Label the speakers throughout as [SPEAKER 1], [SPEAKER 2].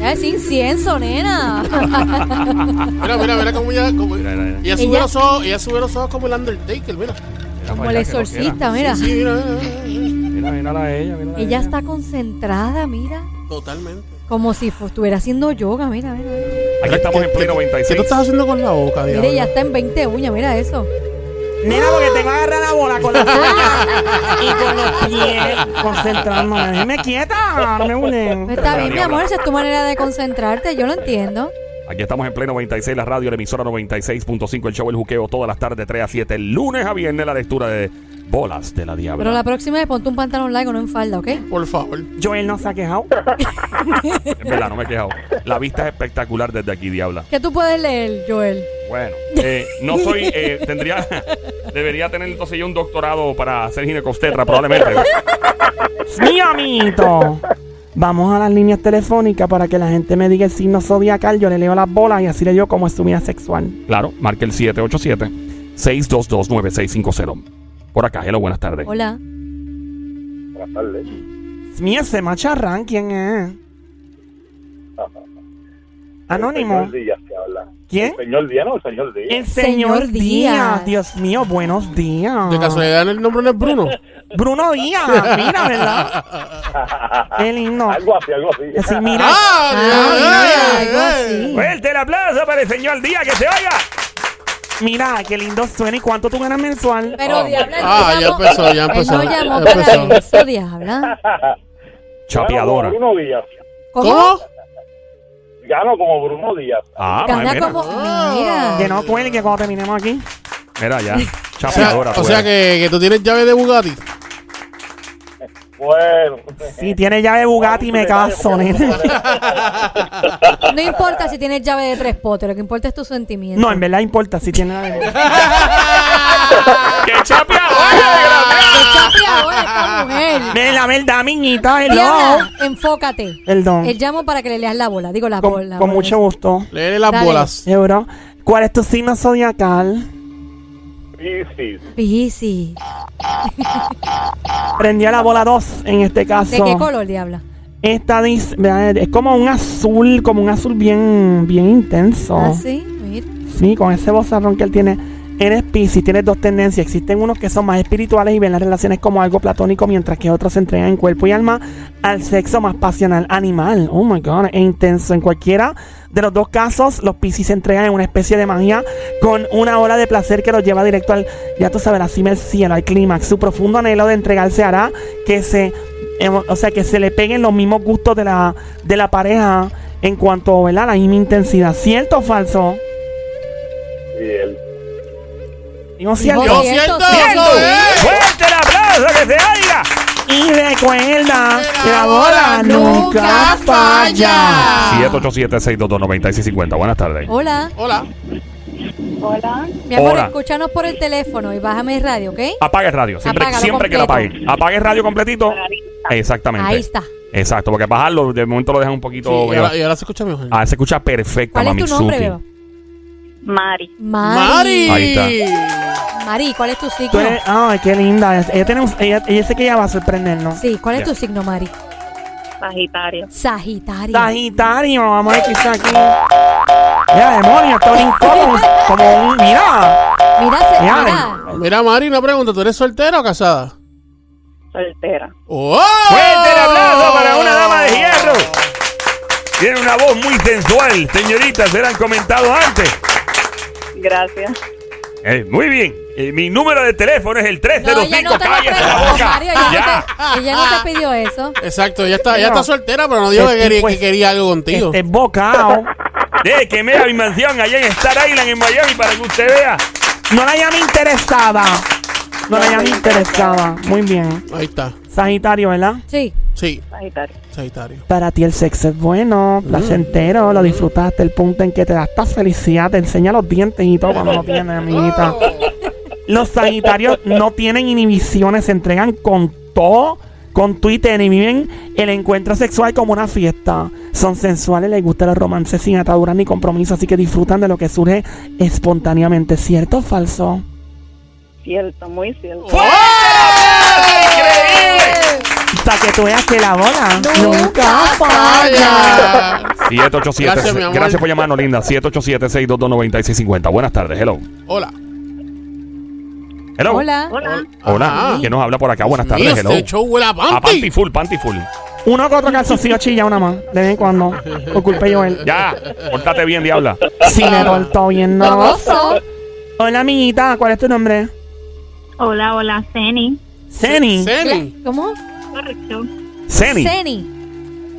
[SPEAKER 1] Ya es incienso, nena.
[SPEAKER 2] Mira, mira, mira cómo ya. Cómo,
[SPEAKER 3] Mira, mira, mira.
[SPEAKER 2] Ella sube
[SPEAKER 1] Ella-
[SPEAKER 2] los ojos, ella sube los ojos como el Undertaker, mira.
[SPEAKER 1] Como el exorcista, mira.
[SPEAKER 2] Sí, mira, mira, mira, mira.
[SPEAKER 3] Mira, mírala a ella, mírala a
[SPEAKER 1] Ella está concentrada, mira.
[SPEAKER 2] Totalmente.
[SPEAKER 1] Como si fu- estuviera haciendo yoga, mira, mira. mira.
[SPEAKER 3] Aquí estamos en pleno
[SPEAKER 2] ¿Qué
[SPEAKER 3] 96.
[SPEAKER 2] tú estás haciendo con la boca,
[SPEAKER 1] Mira,
[SPEAKER 2] diablo?
[SPEAKER 1] ella está en 20 uñas, mira eso.
[SPEAKER 4] Nena, porque te va a agarrar la bola con las uñas y con los pies. Concentrándome. Déjeme quieta, no me
[SPEAKER 1] Pues
[SPEAKER 4] une.
[SPEAKER 1] Está
[SPEAKER 3] Mira,
[SPEAKER 1] bien, mi
[SPEAKER 3] diabla.
[SPEAKER 1] amor, esa es tu manera de concentrarte, yo lo entiendo.
[SPEAKER 3] Aquí estamos en pleno 96, la radio, la emisora 96.5, el show El Juqueo, todas las tardes, 3 a 7, lunes a viernes, la lectura de Bolas de la Diabla.
[SPEAKER 1] Pero la próxima es ponte un pantalón largo, no en falda, ¿ok?
[SPEAKER 2] Por favor.
[SPEAKER 4] Joel no se ha quejado.
[SPEAKER 3] Es verdad, no me he quejado. La vista es espectacular desde aquí, Diabla.
[SPEAKER 1] ¿Qué tú puedes leer, Joel?
[SPEAKER 3] Bueno, eh, no soy, eh, tendría, debería tener entonces yo un doctorado para ser ginecostetra, probablemente.
[SPEAKER 4] ¡Mi amito! Vamos a las líneas telefónicas para que la gente me diga el signo zodiacal. Yo le leo las bolas y así le digo cómo es su vida sexual.
[SPEAKER 3] Claro, marque el 787-622-9650. Por acá, hello, buenas tardes.
[SPEAKER 1] Hola.
[SPEAKER 5] Buenas tardes.
[SPEAKER 4] Mi ese macharrán, ¿quién es? Anónimo.
[SPEAKER 5] El señor Díaz que habla.
[SPEAKER 4] ¿Quién?
[SPEAKER 5] El señor Díaz, no, el señor Díaz.
[SPEAKER 4] El señor
[SPEAKER 1] Señor Díaz.
[SPEAKER 4] Díaz. Dios mío, buenos
[SPEAKER 1] Ah.
[SPEAKER 4] días.
[SPEAKER 2] De casualidad el nombre no es Bruno.
[SPEAKER 4] Bruno Díaz, mira, ¿verdad? Qué lindo.
[SPEAKER 5] Algo así, algo así.
[SPEAKER 4] Así, mira.
[SPEAKER 1] Ah, mira,
[SPEAKER 2] ¡Ah!
[SPEAKER 1] algo así.
[SPEAKER 3] Fuerte el aplauso para el señor Díaz, que se oiga.
[SPEAKER 4] Mira, qué lindo suena. ¿Y cuánto tú ganas mensual?
[SPEAKER 1] Pero
[SPEAKER 3] Ah,
[SPEAKER 1] diabla, él
[SPEAKER 2] ah,
[SPEAKER 1] no
[SPEAKER 2] ya
[SPEAKER 1] llamó-
[SPEAKER 2] empezó, ya empezó,
[SPEAKER 1] Él no llamó
[SPEAKER 2] ya
[SPEAKER 1] para
[SPEAKER 2] empezó.
[SPEAKER 1] eso, diabla.
[SPEAKER 3] Chapeadora.
[SPEAKER 5] Gano como Bruno Díaz.
[SPEAKER 2] ¿Cómo?
[SPEAKER 5] Gano como Bruno Díaz.
[SPEAKER 3] Ah,
[SPEAKER 1] Gana
[SPEAKER 3] mira,
[SPEAKER 1] como. Mira.
[SPEAKER 4] Que no cuelgue cuando terminemos aquí.
[SPEAKER 3] mira ya.
[SPEAKER 2] O sea,
[SPEAKER 3] Chapeadora. pues.
[SPEAKER 2] o sea
[SPEAKER 3] fuera.
[SPEAKER 2] que, que tú tienes llave de Bugatti.
[SPEAKER 5] Bueno.
[SPEAKER 4] Si tiene llave Bugatti, me caso, nene.
[SPEAKER 1] No importa si tienes llave de tres potes, lo que importa es tu sentimiento.
[SPEAKER 4] No, en verdad importa si tiene llave Bugatti.
[SPEAKER 3] ¡Qué chapeadora!
[SPEAKER 1] Chapeadora, esta mujer.
[SPEAKER 4] Mira, la verdad, miñita, hello.
[SPEAKER 1] Diabla, enfócate.
[SPEAKER 4] Perdón.
[SPEAKER 1] Él llamo para que le leas la bola. Digo, la
[SPEAKER 4] Con,
[SPEAKER 1] bola.
[SPEAKER 4] con
[SPEAKER 1] bola.
[SPEAKER 4] mucho gusto.
[SPEAKER 2] Léele las
[SPEAKER 1] Dale.
[SPEAKER 2] bolas.
[SPEAKER 4] Euro. ¿Cuál es tu signo zodiacal?
[SPEAKER 5] Piscis.
[SPEAKER 1] Piscis.
[SPEAKER 4] Prendió la bola 2 en este caso.
[SPEAKER 1] ¿De qué color, diabla?
[SPEAKER 4] Esta dice, vea, es como un azul, como un azul bien, bien intenso.
[SPEAKER 1] Ah, sí, mira.
[SPEAKER 4] Sí, con ese bozarrón que él tiene. Eres Piscis, tienes dos tendencias. Existen unos que son más espirituales y ven las relaciones como algo platónico, mientras que otros se entregan en cuerpo y alma al sexo más pasional, animal. Oh my God, e intenso. En cualquiera de los dos casos, los Piscis se entregan en una especie de magia con una ola de placer que los lleva directo al, ya tú sabes, la cima del cielo, al clímax. Su profundo anhelo de entregarse hará que se, eh, o sea, que se le peguen los mismos gustos de la, de la pareja en cuanto, ¿verdad? La misma intensidad. ¿Cierto o falso?
[SPEAKER 5] Y él.
[SPEAKER 1] Digo,
[SPEAKER 4] Digo, cierto.
[SPEAKER 2] Yo
[SPEAKER 1] cierto,
[SPEAKER 2] siento,
[SPEAKER 1] cierto.
[SPEAKER 2] eso es.
[SPEAKER 3] ¡Fuerte el aplauso, que se oiga!
[SPEAKER 4] Y recuerda que la bola nunca falla.
[SPEAKER 1] Ah.
[SPEAKER 3] 787-622-9650. Buenas tardes.
[SPEAKER 1] Hola.
[SPEAKER 2] Hola.
[SPEAKER 6] Hola,
[SPEAKER 1] Mi amor,
[SPEAKER 3] Hola.
[SPEAKER 1] escúchanos por el teléfono y bájame el radio, ¿ok?
[SPEAKER 3] Apague el radio. Siempre,
[SPEAKER 1] Apágalo
[SPEAKER 3] siempre que lo
[SPEAKER 1] completo.
[SPEAKER 3] apague. Apague el radio completito. Exactamente.
[SPEAKER 1] Ahí está.
[SPEAKER 3] Exacto, porque bajarlo de momento lo dejan un
[SPEAKER 2] Sí,
[SPEAKER 3] poquito.
[SPEAKER 2] y,
[SPEAKER 3] ¿verdad?
[SPEAKER 2] ahora, y ahora se escucha mejor.
[SPEAKER 3] Ah, se escucha perfecto,
[SPEAKER 1] ¿Cuál es tu nombre,
[SPEAKER 3] Mamizuki.
[SPEAKER 1] Beba?
[SPEAKER 6] Mari.
[SPEAKER 1] Mari.
[SPEAKER 2] ¡Mari!
[SPEAKER 3] Ahí
[SPEAKER 1] Mari, ¿cuál es tu
[SPEAKER 4] Tú
[SPEAKER 1] signo?
[SPEAKER 4] eres- ay, qué linda. es. Ella, tiene un- ella, ella sé que ella va a sorprendernos.
[SPEAKER 1] Sí, ¿cuál es
[SPEAKER 3] Ya.
[SPEAKER 1] tu signo, Mari?
[SPEAKER 6] Sagitario.
[SPEAKER 1] Sagitario.
[SPEAKER 4] Sagitario, vamos a ver qué está aquí. Mira, demonio, está bien incómodo. Como un. Mira.
[SPEAKER 1] Mira, se-
[SPEAKER 4] Mira.
[SPEAKER 1] mira.
[SPEAKER 2] Mira, Mari, una pregunta. ¿Tú eres soltera o casada?
[SPEAKER 6] Soltera.
[SPEAKER 2] ¡Oh!
[SPEAKER 3] Fuerte el aplauso para una dama de hierro. Tiene una voz muy sensual, señoritas, se la han comentado antes.
[SPEAKER 6] Gracias.
[SPEAKER 3] Eh, muy bien. Eh, mi número de teléfono es el
[SPEAKER 1] No, ella
[SPEAKER 3] 305.
[SPEAKER 1] no te lo
[SPEAKER 3] Cállese la
[SPEAKER 1] preguntó,
[SPEAKER 3] boca.
[SPEAKER 1] Mario, ella,
[SPEAKER 3] Ya.
[SPEAKER 1] No te, ella no te pidió eso.
[SPEAKER 2] Exacto, ya está, ya
[SPEAKER 4] No.
[SPEAKER 2] está soltera, pero no dijo que
[SPEAKER 4] Este
[SPEAKER 2] quería,
[SPEAKER 4] tipo
[SPEAKER 2] que
[SPEAKER 4] es-
[SPEAKER 2] quería algo contigo.
[SPEAKER 4] Este bocado.
[SPEAKER 3] Deje que me da mi mansión allá en Star Island, en Miami, para que usted vea.
[SPEAKER 4] No la llame interesada. No la llame interesada. Muy bien.
[SPEAKER 2] Ahí está.
[SPEAKER 4] Sagitario, ¿verdad?
[SPEAKER 1] Sí.
[SPEAKER 2] Sí,
[SPEAKER 6] Sagitario.
[SPEAKER 2] Sagitario.
[SPEAKER 4] Para ti el sexo es bueno, placentero, lo disfrutaste, el punto en que te da esta felicidad, te enseña los dientes y todo cuando lo tienes, amiguita.
[SPEAKER 2] Oh.
[SPEAKER 4] Los sagitarios no tienen inhibiciones, se entregan con todo, con Twitter y viven el encuentro sexual como una fiesta. Son sensuales, les gusta el romance sin ataduras ni compromiso, así que disfrutan de lo que surge espontáneamente. ¿Cierto o falso?
[SPEAKER 6] Cierto, muy cierto.
[SPEAKER 2] Oh.
[SPEAKER 4] Para que tú veas que la bola nunca falla.
[SPEAKER 2] Vaya.
[SPEAKER 3] 787.
[SPEAKER 2] Gracias, mi amor.
[SPEAKER 3] Gracias por llamarnos, linda. 787-622-9650. Buenas tardes, hello.
[SPEAKER 2] Hola.
[SPEAKER 3] Hello.
[SPEAKER 1] Hola.
[SPEAKER 6] Hola.
[SPEAKER 3] Hola.
[SPEAKER 2] Ah.
[SPEAKER 3] ¿Quién nos habla por acá? Buenas
[SPEAKER 2] Mío,
[SPEAKER 3] tardes, hello.
[SPEAKER 2] este show huele a
[SPEAKER 3] A
[SPEAKER 2] panty.
[SPEAKER 3] panty full, panty full.
[SPEAKER 4] Uno que otro calzoncillo chilla una más, de vez en cuando. Por culpa de Joel.
[SPEAKER 3] Ya, portate bien, diabla.
[SPEAKER 4] Si
[SPEAKER 2] Ah,
[SPEAKER 4] me portó bien, no. Hola, amiguita, ¿cuál es tu nombre?
[SPEAKER 7] Hola, hola, Ceni.
[SPEAKER 4] Seni.
[SPEAKER 2] Seni.
[SPEAKER 1] ¿Cómo?
[SPEAKER 7] Correcto.
[SPEAKER 3] Seni.
[SPEAKER 1] Seni.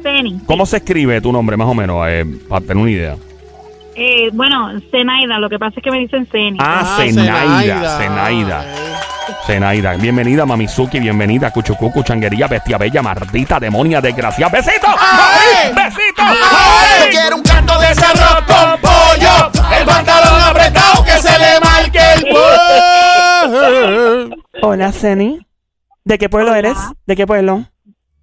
[SPEAKER 7] Ceni.
[SPEAKER 3] ¿Cómo se escribe tu nombre, más o menos? Eh, para tener una idea.
[SPEAKER 7] Eh, bueno, Zenaida, lo que pasa es que me dicen Ceni.
[SPEAKER 3] Ah,
[SPEAKER 2] Zenaida.
[SPEAKER 3] Zenaida. Zenaida.
[SPEAKER 2] Ah,
[SPEAKER 3] Zenaida. Bienvenida, Mamizuki. Bienvenida, Cuchucucu, Changuería, Bestia Bella, Mardita, Demonia, Desgraciada. ¡Besito! ¡Ay! ¡Besito! ¡Ay!
[SPEAKER 8] Quiero un canto de ese arroz con pollo. El pantalón apretado que se le marque el
[SPEAKER 2] eh.
[SPEAKER 4] Hola, Seni. ¿De qué pueblo
[SPEAKER 7] Hola.
[SPEAKER 4] eres? ¿De qué pueblo?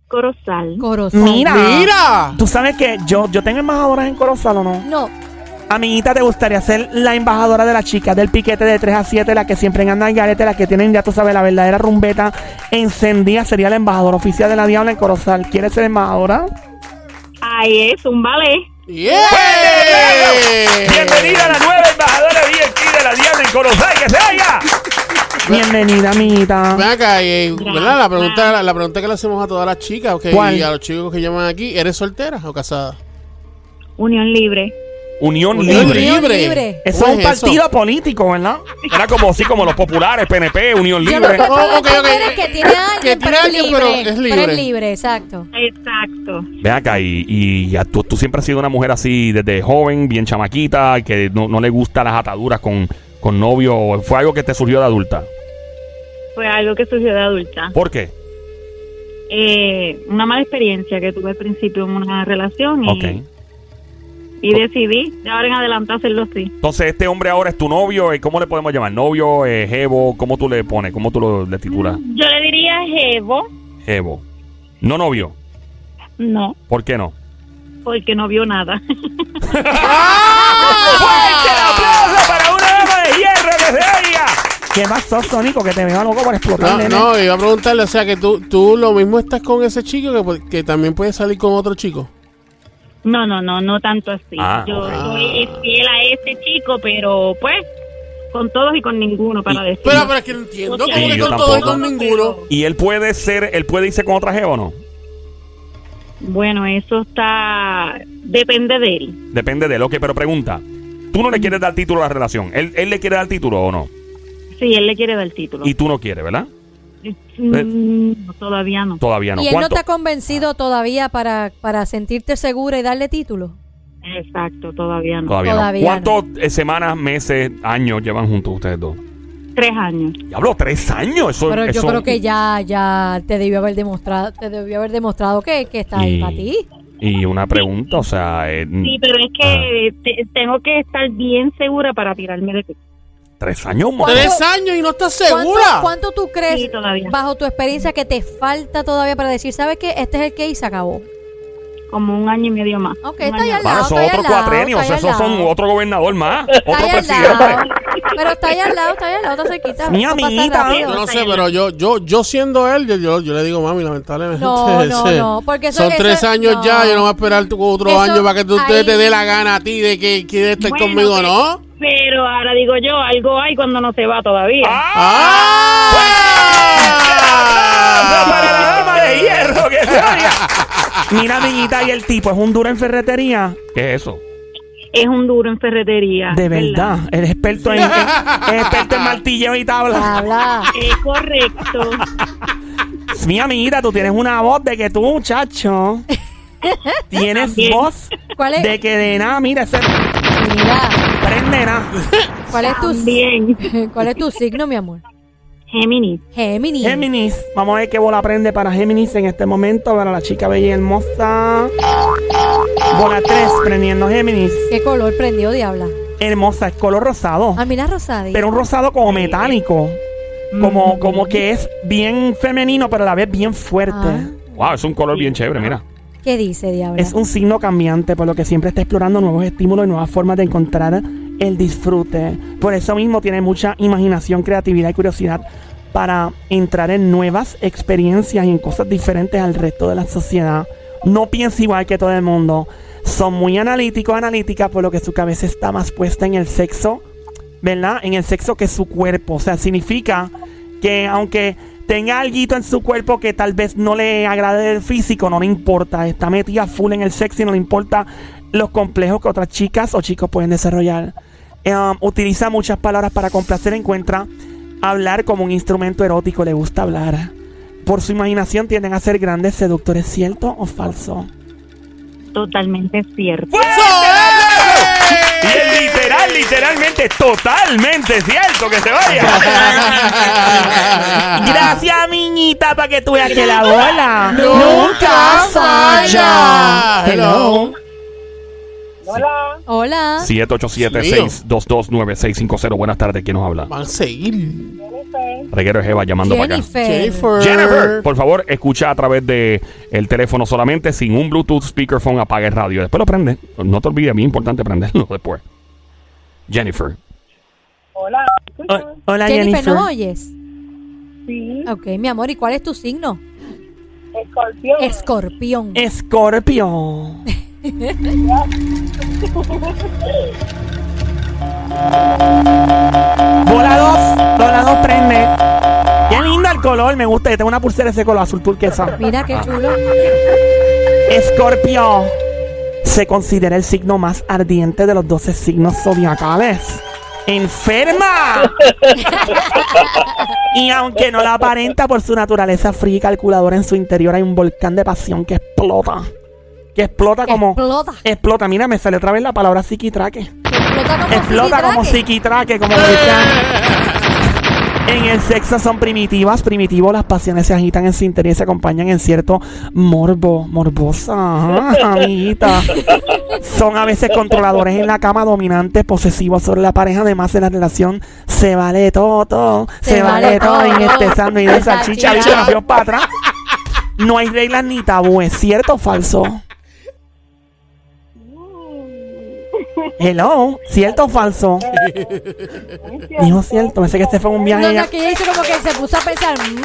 [SPEAKER 7] Corozal.
[SPEAKER 1] Corozal.
[SPEAKER 4] Mira.
[SPEAKER 2] Mira.
[SPEAKER 4] Tú sabes que yo, yo tengo embajadoras en Corozal o no.
[SPEAKER 1] No.
[SPEAKER 4] Amiguita, ¿te gustaría ser la embajadora de las chicas del piquete de 3 a 7, la que siempre anda en garete, la que tienen, ya tú sabes, la verdadera rumbeta encendida? Sería la embajadora oficial de la Diabla en Corozal. ¿Quieres ser embajadora?
[SPEAKER 7] Ahí es, un ballet.
[SPEAKER 2] Yeah.
[SPEAKER 3] Bienvenida a la nueva embajadora VIP de la Diabla en Corozal. ¡Que se vaya!
[SPEAKER 4] Bienvenida, amiguita.
[SPEAKER 2] Ven acá, y, ¿verdad? La pregunta, la, la pregunta que le hacemos a todas las chicas ok,
[SPEAKER 4] ¿Cuál?
[SPEAKER 2] y a los chicos que llaman aquí, ¿eres soltera o casada?
[SPEAKER 7] Unión libre.
[SPEAKER 3] Unión
[SPEAKER 2] Unión
[SPEAKER 3] Libre.
[SPEAKER 1] libre.
[SPEAKER 4] Eso
[SPEAKER 2] ¿Cómo
[SPEAKER 4] es un partido político, ¿verdad?
[SPEAKER 3] Era como así como los populares, PNP, Unión
[SPEAKER 1] Yo lo
[SPEAKER 3] Libre.
[SPEAKER 1] que puedo
[SPEAKER 2] Oh, ok,
[SPEAKER 1] entender
[SPEAKER 2] ok.
[SPEAKER 1] es que tiene a alguien,
[SPEAKER 2] Que tiene
[SPEAKER 1] pero,
[SPEAKER 2] alguien,
[SPEAKER 1] es libre,
[SPEAKER 2] pero es libre.
[SPEAKER 1] exacto.
[SPEAKER 7] Exacto.
[SPEAKER 3] Ven acá, y, y ya tú, tú siempre has sido una mujer así desde joven, bien chamaquita, que no, no le gustan las ataduras con, con novio. o ¿Fue algo que te surgió de adulta?
[SPEAKER 7] Fue algo que surgió de adulta.
[SPEAKER 3] ¿Por qué?
[SPEAKER 7] Eh, una mala experiencia que tuve al principio en una relación y,
[SPEAKER 3] Ok.
[SPEAKER 7] y decidí de ahora en adelante hacerlo así.
[SPEAKER 3] Entonces, este hombre ahora es tu novio. eh, ¿Cómo le podemos llamar? ¿Novio? Eh, ¿Jevo? ¿Cómo tú le pones? ¿Cómo tú lo, le titulas?
[SPEAKER 7] Yo le diría Jevo,
[SPEAKER 1] Mm.
[SPEAKER 3] Jevo. No novio.
[SPEAKER 7] no,
[SPEAKER 3] ¿Por qué no?
[SPEAKER 7] porque no vio nada.
[SPEAKER 3] ¡Fuerte
[SPEAKER 2] Ah.
[SPEAKER 3] el aplauso para una dama de hierro que se oiga!
[SPEAKER 4] ¿Qué pasó, Sónico? Que te veo loco por explotar,
[SPEAKER 2] No,
[SPEAKER 4] nene.
[SPEAKER 2] no, iba a preguntarle, o sea, que tú, tú lo mismo estás con ese chico que, pu- que también puedes salir con otro chico.
[SPEAKER 7] No, no, no, no tanto así.
[SPEAKER 3] Ah,
[SPEAKER 7] Yo
[SPEAKER 3] ok.
[SPEAKER 7] soy fiel a ese chico, pero pues con todos y con ninguno para decir.
[SPEAKER 2] Pero, pero es que no entiendo,
[SPEAKER 7] Sí,
[SPEAKER 2] como que
[SPEAKER 3] yo
[SPEAKER 2] con todo y
[SPEAKER 3] tampoco.
[SPEAKER 2] con ninguno.
[SPEAKER 3] ¿Y él puede ser, él puede irse con otra jeva o no?
[SPEAKER 7] Bueno, eso está depende de él.
[SPEAKER 3] Depende de lo que, pero pregunta. Tú no le quieres dar título a la relación. Él, él le quiere dar título o no.
[SPEAKER 7] Si él le quiere dar el título. Eh,
[SPEAKER 3] Y tú no quieres, ¿verdad?
[SPEAKER 2] pues
[SPEAKER 7] Mm, no, todavía no.
[SPEAKER 3] Todavía no.
[SPEAKER 1] y él no
[SPEAKER 3] ¿Cuánto?
[SPEAKER 1] te ha convencido todavía para, para sentirte segura y darle título.
[SPEAKER 7] Exacto, todavía no.
[SPEAKER 3] Todavía,
[SPEAKER 1] Todavía
[SPEAKER 3] no.
[SPEAKER 1] no.
[SPEAKER 3] ¿Cuántos eh, semanas, meses, años llevan juntos ustedes dos?
[SPEAKER 7] Tres años.
[SPEAKER 3] Diablo, tres años. Eso,
[SPEAKER 2] Pues
[SPEAKER 1] Pero yo
[SPEAKER 3] eso-
[SPEAKER 1] creo que ya, ya te debió haber demostrado, te debió haber demostrado que, que está ahí
[SPEAKER 3] Y-
[SPEAKER 1] para ti.
[SPEAKER 3] Y una pregunta, o sea, eh,
[SPEAKER 7] Sí, pero es
[SPEAKER 2] Ah.
[SPEAKER 7] que te- tengo que estar bien segura para tirarme de ti.
[SPEAKER 3] tres años,
[SPEAKER 1] ¿Cuánto-
[SPEAKER 3] madre?
[SPEAKER 2] Tres años y no estás
[SPEAKER 1] ¿Cuánto,
[SPEAKER 2] segura.
[SPEAKER 1] cuánto tú crees,
[SPEAKER 7] Sí, todavía.
[SPEAKER 1] bajo tu experiencia, que te falta todavía para decir, ¿sabes qué? Este es el que y se acabó.
[SPEAKER 7] Como un año y medio más.
[SPEAKER 1] Ok,
[SPEAKER 7] Un
[SPEAKER 1] está
[SPEAKER 7] año
[SPEAKER 1] ahí al
[SPEAKER 7] más.
[SPEAKER 1] lado.
[SPEAKER 3] Mano, esos
[SPEAKER 1] está ahí
[SPEAKER 3] otros
[SPEAKER 1] al lado,
[SPEAKER 3] cuatrenios,
[SPEAKER 1] está ahí
[SPEAKER 3] esos
[SPEAKER 1] al
[SPEAKER 3] son
[SPEAKER 1] lado.
[SPEAKER 3] otro gobernador más, otro
[SPEAKER 1] Está ahí al
[SPEAKER 3] presidente.
[SPEAKER 1] lado. Pero está ahí al lado, está ahí al lado, está cerquita.
[SPEAKER 4] Mi
[SPEAKER 1] Eso pasa
[SPEAKER 4] amiguita.
[SPEAKER 1] rápido.
[SPEAKER 2] Yo no sé, pero yo, yo, yo siendo él, yo, yo, yo le digo, mami, lamentablemente.
[SPEAKER 1] No, no,
[SPEAKER 2] ese-
[SPEAKER 1] no, porque eso-
[SPEAKER 2] son
[SPEAKER 1] eso-
[SPEAKER 2] tres años
[SPEAKER 1] no.
[SPEAKER 2] ya, yo no voy a esperar tu- otro
[SPEAKER 1] Eso
[SPEAKER 2] año para que tú te-
[SPEAKER 1] ahí-
[SPEAKER 2] te dé la gana a ti de que quieres estar
[SPEAKER 7] Bueno,
[SPEAKER 2] conmigo,
[SPEAKER 7] pero-
[SPEAKER 2] ¿no?
[SPEAKER 7] Pero ahora digo yo, algo hay cuando no se va todavía.
[SPEAKER 3] ¡Ah! Para la
[SPEAKER 2] ¡Ah!
[SPEAKER 3] dama de hierro que se oiga.
[SPEAKER 4] Mira, amiguita, y el tipo es un duro en ferretería.
[SPEAKER 3] ¿Qué es eso?
[SPEAKER 7] Es un duro en ferretería.
[SPEAKER 4] De verdad, el experto en, en- es experto en martilleo y tabla.
[SPEAKER 1] Habla.
[SPEAKER 7] Es correcto.
[SPEAKER 4] Mi amiguita, tú tienes una voz de que tú, muchacho, tienes
[SPEAKER 7] También.
[SPEAKER 4] voz
[SPEAKER 1] ¿Cuál es?
[SPEAKER 4] de que de nada, mira, se
[SPEAKER 1] Mira,
[SPEAKER 4] prende nada.
[SPEAKER 1] ¿cuál es tu,
[SPEAKER 7] Bien.
[SPEAKER 1] cuál es tu signo, mi amor?
[SPEAKER 7] Géminis.
[SPEAKER 1] Géminis.
[SPEAKER 4] Géminis, vamos a ver qué bola prende para Géminis en este momento, para la chica bella y hermosa. Bola 3, prendiendo Géminis.
[SPEAKER 1] ¿Qué color prendió, diabla?
[SPEAKER 4] Hermosa, es color rosado.
[SPEAKER 1] Ah, mira, Rosadita.
[SPEAKER 4] pero un rosado como metálico. Como, como que es bien femenino, pero a la vez bien fuerte.
[SPEAKER 1] Ah.
[SPEAKER 3] Wow, es un color bien chévere, mira.
[SPEAKER 1] ¿Qué dice, diabla?
[SPEAKER 4] Es un signo cambiante, por lo que siempre está explorando nuevos estímulos y nuevas formas de encontrar el disfrute. Por eso mismo tiene mucha imaginación, creatividad y curiosidad para entrar en nuevas experiencias y en cosas diferentes al resto de la sociedad. No piensa igual que todo el mundo. Son muy analíticos, analíticas, por lo que su cabeza está más puesta en el sexo, ¿verdad? En el sexo que su cuerpo. O sea, significa que aunque tenga algo en su cuerpo que tal vez no le agrade el físico, no le importa. Está metida full en el sexo y no le importa los complejos que otras chicas o chicos pueden desarrollar. Eh, um, utiliza muchas palabras para complacer. Encuentra hablar como un instrumento erótico. Le gusta hablar. Por su imaginación tienden a ser grandes seductores, ¿cierto o falso?
[SPEAKER 7] Totalmente cierto.
[SPEAKER 3] Y es literal, literalmente, totalmente cierto que se vaya.
[SPEAKER 4] Gracias, miñita, para que tú veas que la bola
[SPEAKER 1] Nunca
[SPEAKER 2] falla. Hello.
[SPEAKER 6] Hola.
[SPEAKER 1] Hola.
[SPEAKER 3] 787-622-9650. Buenas tardes, ¿quién nos habla?
[SPEAKER 2] Van a seguir.
[SPEAKER 3] Reguero es Eva llamando para acá.
[SPEAKER 1] Jennifer.
[SPEAKER 3] Jennifer, por favor, escucha a través de el teléfono solamente sin un Bluetooth speakerphone, apague el radio. Después lo prende. No te olvides, a mí es importante prenderlo después. Jennifer,
[SPEAKER 6] Hola.
[SPEAKER 4] O- hola,
[SPEAKER 1] Jennifer,
[SPEAKER 4] Jennifer.
[SPEAKER 1] ¿no oyes?
[SPEAKER 6] Sí.
[SPEAKER 1] Ok, mi amor, ¿y cuál es tu signo?
[SPEAKER 6] Escorpión.
[SPEAKER 1] Escorpión.
[SPEAKER 4] Escorpio. Bola 2, bola 2 prende. Qué lindo el color, me gusta. Yo tengo una pulsera de ese color azul turquesa.
[SPEAKER 1] Mira qué chulo.
[SPEAKER 4] Escorpio se considera el signo más ardiente de los 12 signos zodiacales. ¡Enferma! y aunque no la aparenta por su naturaleza fría y calculadora, en su interior hay un volcán de pasión que explota. Que explota como.
[SPEAKER 1] Explota.
[SPEAKER 4] Explota. Mira, me sale otra vez la palabra psiquitraque.
[SPEAKER 1] Explota como
[SPEAKER 4] Explota como
[SPEAKER 1] psiquitraque.
[SPEAKER 4] psiquitraque, como volcán. En el sexo son primitivas, primitivo, las pasiones se agitan en su interior y se acompañan en cierto morbo, morbosa, ajá, amiguita. Son a veces controladores en la cama, dominantes, posesivos sobre la pareja, además en la relación se vale todo, todo, se, vale, todo, en este sándwich de salchicha, ¿viste? Nos vio para atrás. No hay reglas ni tabúes, ¿cierto o falso? Hello, ¿cierto o falso? Dijo cierto, pensé que este fue un viaje.
[SPEAKER 1] No,
[SPEAKER 4] ya-
[SPEAKER 1] no, que ella hizo como que se puso a pensar. mm,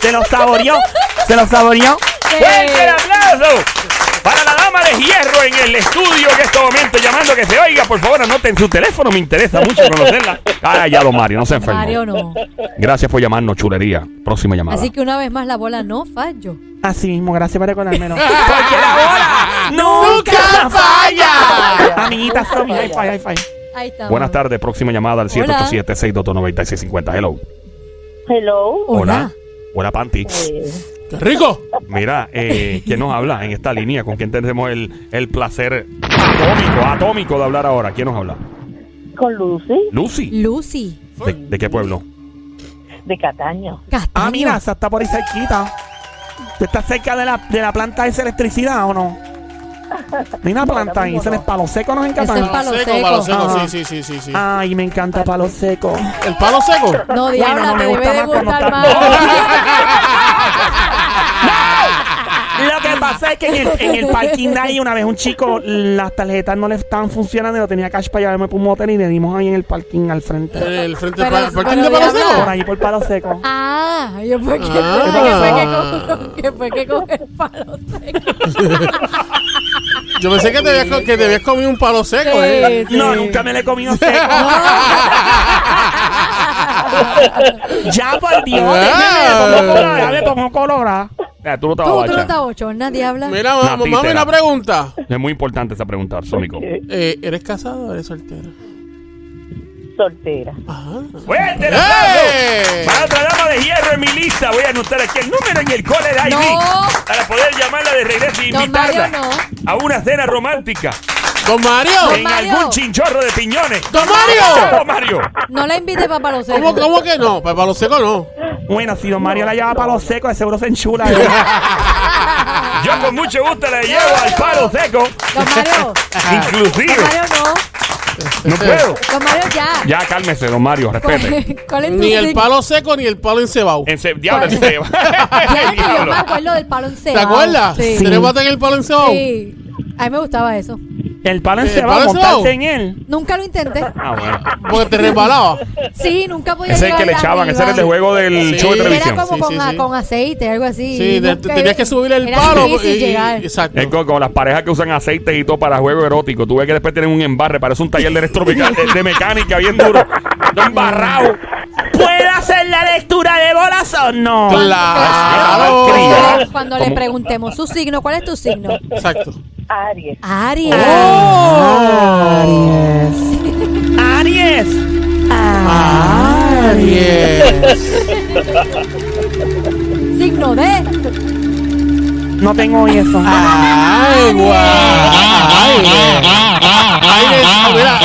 [SPEAKER 4] Se lo saboreó, se lo saboreó.
[SPEAKER 1] que-
[SPEAKER 3] ¡Fuerte el aplauso! Para la dama de hierro en el estudio que este momento llamando que se oiga, por favor, anoten su teléfono, me interesa mucho conocerla. Ah, ya lo Mario, no se enfermó.
[SPEAKER 1] Mario no.
[SPEAKER 3] Gracias por llamarnos, chulería. Próxima llamada.
[SPEAKER 1] Así que una vez más la bola no falló.
[SPEAKER 4] Así mismo, gracias por recordármelo. Porque la bola ¡Ah! nunca falla. Amiguitas, son mi hi-fi, hi-fi.
[SPEAKER 1] Ahí está.
[SPEAKER 3] Buenas
[SPEAKER 1] mamá.
[SPEAKER 3] tardes, próxima llamada al 787-622-9650. Hello.
[SPEAKER 6] Hello.
[SPEAKER 1] Hola.
[SPEAKER 3] Hola, Panty.
[SPEAKER 2] ¡Qué rico!
[SPEAKER 3] Mira, eh, ¿quién nos habla en esta línea? ¿Con quién tenemos el, el placer atómico, atómico de hablar ahora? ¿Quién nos habla?
[SPEAKER 6] Con Lucy
[SPEAKER 3] Lucy.
[SPEAKER 1] Lucy.
[SPEAKER 3] ¿De, de qué pueblo?
[SPEAKER 6] de Cataño.
[SPEAKER 1] Castaño.
[SPEAKER 4] Ah, mira, esa está por ahí cerquita. ¿Tú estás cerca de la, de la planta de esa electricidad o no? Hay una planta ahí, se les palo seco, nos
[SPEAKER 1] Ese es
[SPEAKER 4] encanta.
[SPEAKER 1] palo
[SPEAKER 2] seco,
[SPEAKER 1] seco.
[SPEAKER 2] palo seco,
[SPEAKER 4] Ah.
[SPEAKER 2] sí, sí, sí, sí, sí.
[SPEAKER 4] Ay, me encanta palo seco.
[SPEAKER 2] ¿El palo seco?
[SPEAKER 1] No, diabla,
[SPEAKER 4] no me
[SPEAKER 1] te
[SPEAKER 4] gusta
[SPEAKER 1] debe de
[SPEAKER 4] más cuando
[SPEAKER 1] gustar
[SPEAKER 4] está- Lo que pasa es que en el, en el parking de ahí, una vez un chico, las tarjetas no le estaban funcionando y no tenía cash para llevarme por un motel y le dimos ahí en el parking al frente.
[SPEAKER 2] ¿El frente
[SPEAKER 1] Pero-
[SPEAKER 2] pa- parking de
[SPEAKER 1] pero
[SPEAKER 2] palo
[SPEAKER 1] diabla.
[SPEAKER 2] seco?
[SPEAKER 4] Por ahí, por palo seco.
[SPEAKER 1] Ah, yo fue que,
[SPEAKER 2] Ah.
[SPEAKER 1] que fue que cogió- que fue que cogió el palo seco.
[SPEAKER 2] Yo pensé que te habías, co- que te habías comido un palo seco. eh.
[SPEAKER 1] Sí,
[SPEAKER 4] No,
[SPEAKER 1] sí.
[SPEAKER 4] nunca me le he comido seco. ya, por Dios,
[SPEAKER 2] Ah.
[SPEAKER 4] déjame, le pongo colorada, le pongo colorada.
[SPEAKER 3] Ah, tú no te vas
[SPEAKER 1] Tú,
[SPEAKER 3] a
[SPEAKER 1] tú no
[SPEAKER 3] bachar.
[SPEAKER 1] estás bochorna, diabla.
[SPEAKER 2] Mira, ma-
[SPEAKER 3] Una
[SPEAKER 2] mami,
[SPEAKER 3] títera.
[SPEAKER 2] una pregunta.
[SPEAKER 3] Es muy importante esa pregunta, Sónico.
[SPEAKER 2] Eh, ¿Eres casado o eres soltero?
[SPEAKER 6] Soltera.
[SPEAKER 2] Ajá.
[SPEAKER 3] ¡Fuerte el
[SPEAKER 2] ¡Eh!
[SPEAKER 3] aplauso! Para otra dama de hierro en mi lista, voy a anotar aquí el número en el cole de ID
[SPEAKER 1] No.
[SPEAKER 3] para poder llamarla de regreso y
[SPEAKER 1] Don
[SPEAKER 3] invitarla
[SPEAKER 1] Mario,
[SPEAKER 3] a una cena romántica
[SPEAKER 2] ¡Don
[SPEAKER 1] Don
[SPEAKER 2] Mario!
[SPEAKER 3] en
[SPEAKER 1] Mario.
[SPEAKER 3] algún chinchorro de piñones.
[SPEAKER 2] ¡Don Mario!
[SPEAKER 3] ¡Chao, Mario!
[SPEAKER 1] No la invite para palo seco.
[SPEAKER 2] ¿Cómo, cómo que no? Para palo seco no.
[SPEAKER 4] Bueno, si don Mario la lleva para los secos, de seguro se enchula. ¿eh?
[SPEAKER 3] Yo con mucho gusto le llevo al palo seco,
[SPEAKER 1] Ah. Don Mario.
[SPEAKER 3] inclusive.
[SPEAKER 1] Don Mario no.
[SPEAKER 3] No
[SPEAKER 2] Este,
[SPEAKER 3] puedo.
[SPEAKER 1] Don Mario, ya.
[SPEAKER 3] Ya, cálmese, don Mario, respete.
[SPEAKER 1] ¿Cuál- ¿Cuál es tu
[SPEAKER 2] Ni el
[SPEAKER 1] signo?
[SPEAKER 2] palo seco ni el palo encebado.
[SPEAKER 3] En se- diablo, en se-
[SPEAKER 1] Ya, que Ah, yo pues.
[SPEAKER 3] Diablo.
[SPEAKER 1] me acuerdo del palo
[SPEAKER 2] ¿Te
[SPEAKER 1] encebado.
[SPEAKER 2] acuerdas?
[SPEAKER 1] Sí.
[SPEAKER 2] ¿Se le matan el palo encebado?
[SPEAKER 1] Sí. A mí me gustaba eso.
[SPEAKER 4] El palo
[SPEAKER 2] ¿El
[SPEAKER 4] en va a
[SPEAKER 2] palo
[SPEAKER 4] montarte
[SPEAKER 2] encebado?
[SPEAKER 4] en él.
[SPEAKER 1] Nunca lo intenté.
[SPEAKER 3] Ah, bueno.
[SPEAKER 2] Porque te resbalaba.
[SPEAKER 1] Sí, nunca podía
[SPEAKER 3] Ese es el
[SPEAKER 1] llegar
[SPEAKER 3] que le
[SPEAKER 1] arriba.
[SPEAKER 3] echaban, ese era el de juego del
[SPEAKER 2] Sí.
[SPEAKER 3] show
[SPEAKER 2] Era
[SPEAKER 3] de
[SPEAKER 1] Era
[SPEAKER 3] televisión.
[SPEAKER 1] como
[SPEAKER 2] Sí,
[SPEAKER 1] con,
[SPEAKER 2] sí,
[SPEAKER 1] a-
[SPEAKER 2] sí.
[SPEAKER 1] con aceite, algo así.
[SPEAKER 2] Sí, te-
[SPEAKER 1] Nunca-
[SPEAKER 2] te- tenías que subir el
[SPEAKER 1] era
[SPEAKER 2] palo. pues,
[SPEAKER 1] difícil
[SPEAKER 2] y-
[SPEAKER 1] llegar.
[SPEAKER 2] Exacto.
[SPEAKER 3] Es co- como las parejas que usan aceite y todo para juego erótico. Tú ves que después tienen un embarre, parece un taller de electropical, de, de mecánica bien duro. Está embarrado.
[SPEAKER 4] ¿Puedo hacer la lectura de bolas o no?
[SPEAKER 2] Claro.
[SPEAKER 1] Cuando, cuando le
[SPEAKER 3] ¿Cómo?
[SPEAKER 1] preguntemos su signo, ¿cuál es tu signo?
[SPEAKER 2] Exacto.
[SPEAKER 6] Aries.
[SPEAKER 1] Aries.
[SPEAKER 2] Oh.
[SPEAKER 4] Aries. Aries.
[SPEAKER 2] Aries.
[SPEAKER 1] Signo de.
[SPEAKER 4] No tengo hoy eso.
[SPEAKER 2] Agua. Aire. Aires, mira,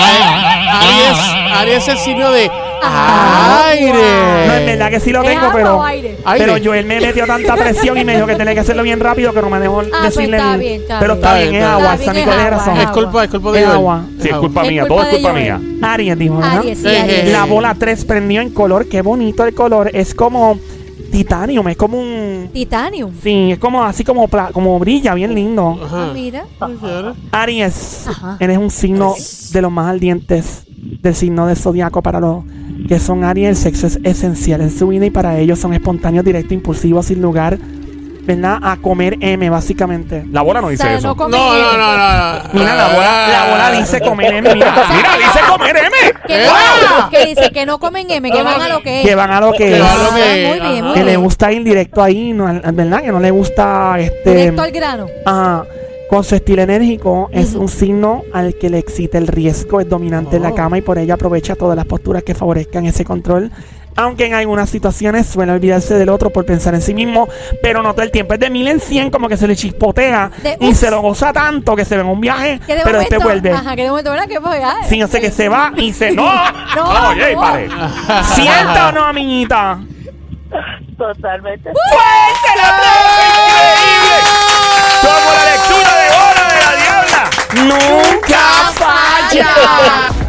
[SPEAKER 2] Aries, Aries es el signo de Ah, aire.
[SPEAKER 4] No, en verdad que sí lo
[SPEAKER 1] ¿Es
[SPEAKER 4] tengo,
[SPEAKER 1] agua
[SPEAKER 4] pero.
[SPEAKER 1] o aire?
[SPEAKER 2] Aire.
[SPEAKER 4] Pero Joel me metió tanta presión y me dijo que tenía que hacerlo bien rápido que no me dejó
[SPEAKER 1] pues
[SPEAKER 4] decirle.
[SPEAKER 1] está
[SPEAKER 4] el-
[SPEAKER 1] bien, está
[SPEAKER 4] pero está
[SPEAKER 2] bien.
[SPEAKER 4] bien, es
[SPEAKER 2] Está
[SPEAKER 4] agua.
[SPEAKER 1] bien, es
[SPEAKER 4] San Nicolás tiene
[SPEAKER 1] agua,
[SPEAKER 4] razón.
[SPEAKER 1] es
[SPEAKER 2] es culpa, es culpa
[SPEAKER 4] Es
[SPEAKER 2] de Joel.
[SPEAKER 4] agua.
[SPEAKER 3] Sí, es culpa
[SPEAKER 1] Es
[SPEAKER 3] mía,
[SPEAKER 1] culpa
[SPEAKER 3] todo es
[SPEAKER 1] de
[SPEAKER 3] culpa
[SPEAKER 1] Joel.
[SPEAKER 3] mía.
[SPEAKER 4] Aries, dijo, ¿verdad?
[SPEAKER 1] Aries, sí,
[SPEAKER 2] Eh,
[SPEAKER 1] Aries.
[SPEAKER 2] eh.
[SPEAKER 4] La bola 3 prendió en color. Qué bonito el color. Es como titanium. Es como un.
[SPEAKER 1] Titanium.
[SPEAKER 4] Sí, es como así como, pla- como brilla, bien lindo.
[SPEAKER 1] Ah,
[SPEAKER 2] Ajá.
[SPEAKER 1] mira.
[SPEAKER 4] Aries,
[SPEAKER 1] Ajá.
[SPEAKER 4] eres un signo de los más ardientes del signo del zodiaco para los que son Aries. El sexo es esencial en su vida y para ellos son espontáneos, directos, impulsivos, sin lugar, ¿verdad? A comer M, básicamente.
[SPEAKER 3] La bola no
[SPEAKER 1] O
[SPEAKER 3] dice
[SPEAKER 1] sea,
[SPEAKER 3] eso.
[SPEAKER 1] no
[SPEAKER 2] No,
[SPEAKER 1] come-
[SPEAKER 2] no, no, no. no.
[SPEAKER 4] Mira, la bola, la bola dice comer M. Mira,
[SPEAKER 3] Mira, dice comer M.
[SPEAKER 1] Que,
[SPEAKER 2] ¡Ah!
[SPEAKER 1] que dice que no comen M, que
[SPEAKER 2] No,
[SPEAKER 1] van
[SPEAKER 2] no,
[SPEAKER 1] a lo que es.
[SPEAKER 4] que van a lo que
[SPEAKER 2] Que
[SPEAKER 4] es.
[SPEAKER 2] va a lo
[SPEAKER 1] Ah,
[SPEAKER 2] que-
[SPEAKER 1] muy bien, muy
[SPEAKER 2] Ajá.
[SPEAKER 4] Que le
[SPEAKER 1] bien.
[SPEAKER 4] gusta ir directo ahí, no, ¿verdad? Que no le gusta este.
[SPEAKER 1] Directo al grano.
[SPEAKER 4] Ah, con su estilo enérgico es
[SPEAKER 1] Ujú.
[SPEAKER 4] un signo al que le excita el riesgo, es dominante en la
[SPEAKER 2] Oh.
[SPEAKER 4] cama y por ello aprovecha todas las posturas que favorezcan ese control. Aunque en algunas situaciones suele olvidarse del otro por pensar en sí mismo, pero no todo el tiempo. Es de mil en cien, como que se le chispotea
[SPEAKER 1] De-
[SPEAKER 4] y
[SPEAKER 1] ups.
[SPEAKER 4] se lo goza tanto que se ve en un viaje,
[SPEAKER 1] Que de
[SPEAKER 4] pero
[SPEAKER 1] momento,
[SPEAKER 4] después vuelve.
[SPEAKER 1] Ajá, que de momento, ¿verdad? Que voy a.
[SPEAKER 4] Sí, yo sé que se va y se. ¡No!
[SPEAKER 1] No,
[SPEAKER 3] No, oye,
[SPEAKER 1] no.
[SPEAKER 3] pare.
[SPEAKER 4] ¿Sienta o no, amiguita?
[SPEAKER 6] Totalmente.
[SPEAKER 4] ¡Fuerte el
[SPEAKER 2] Ah.
[SPEAKER 4] aplauso
[SPEAKER 3] Como la lectura de bola de la diabla.
[SPEAKER 4] increíble! ¡Nunca falla!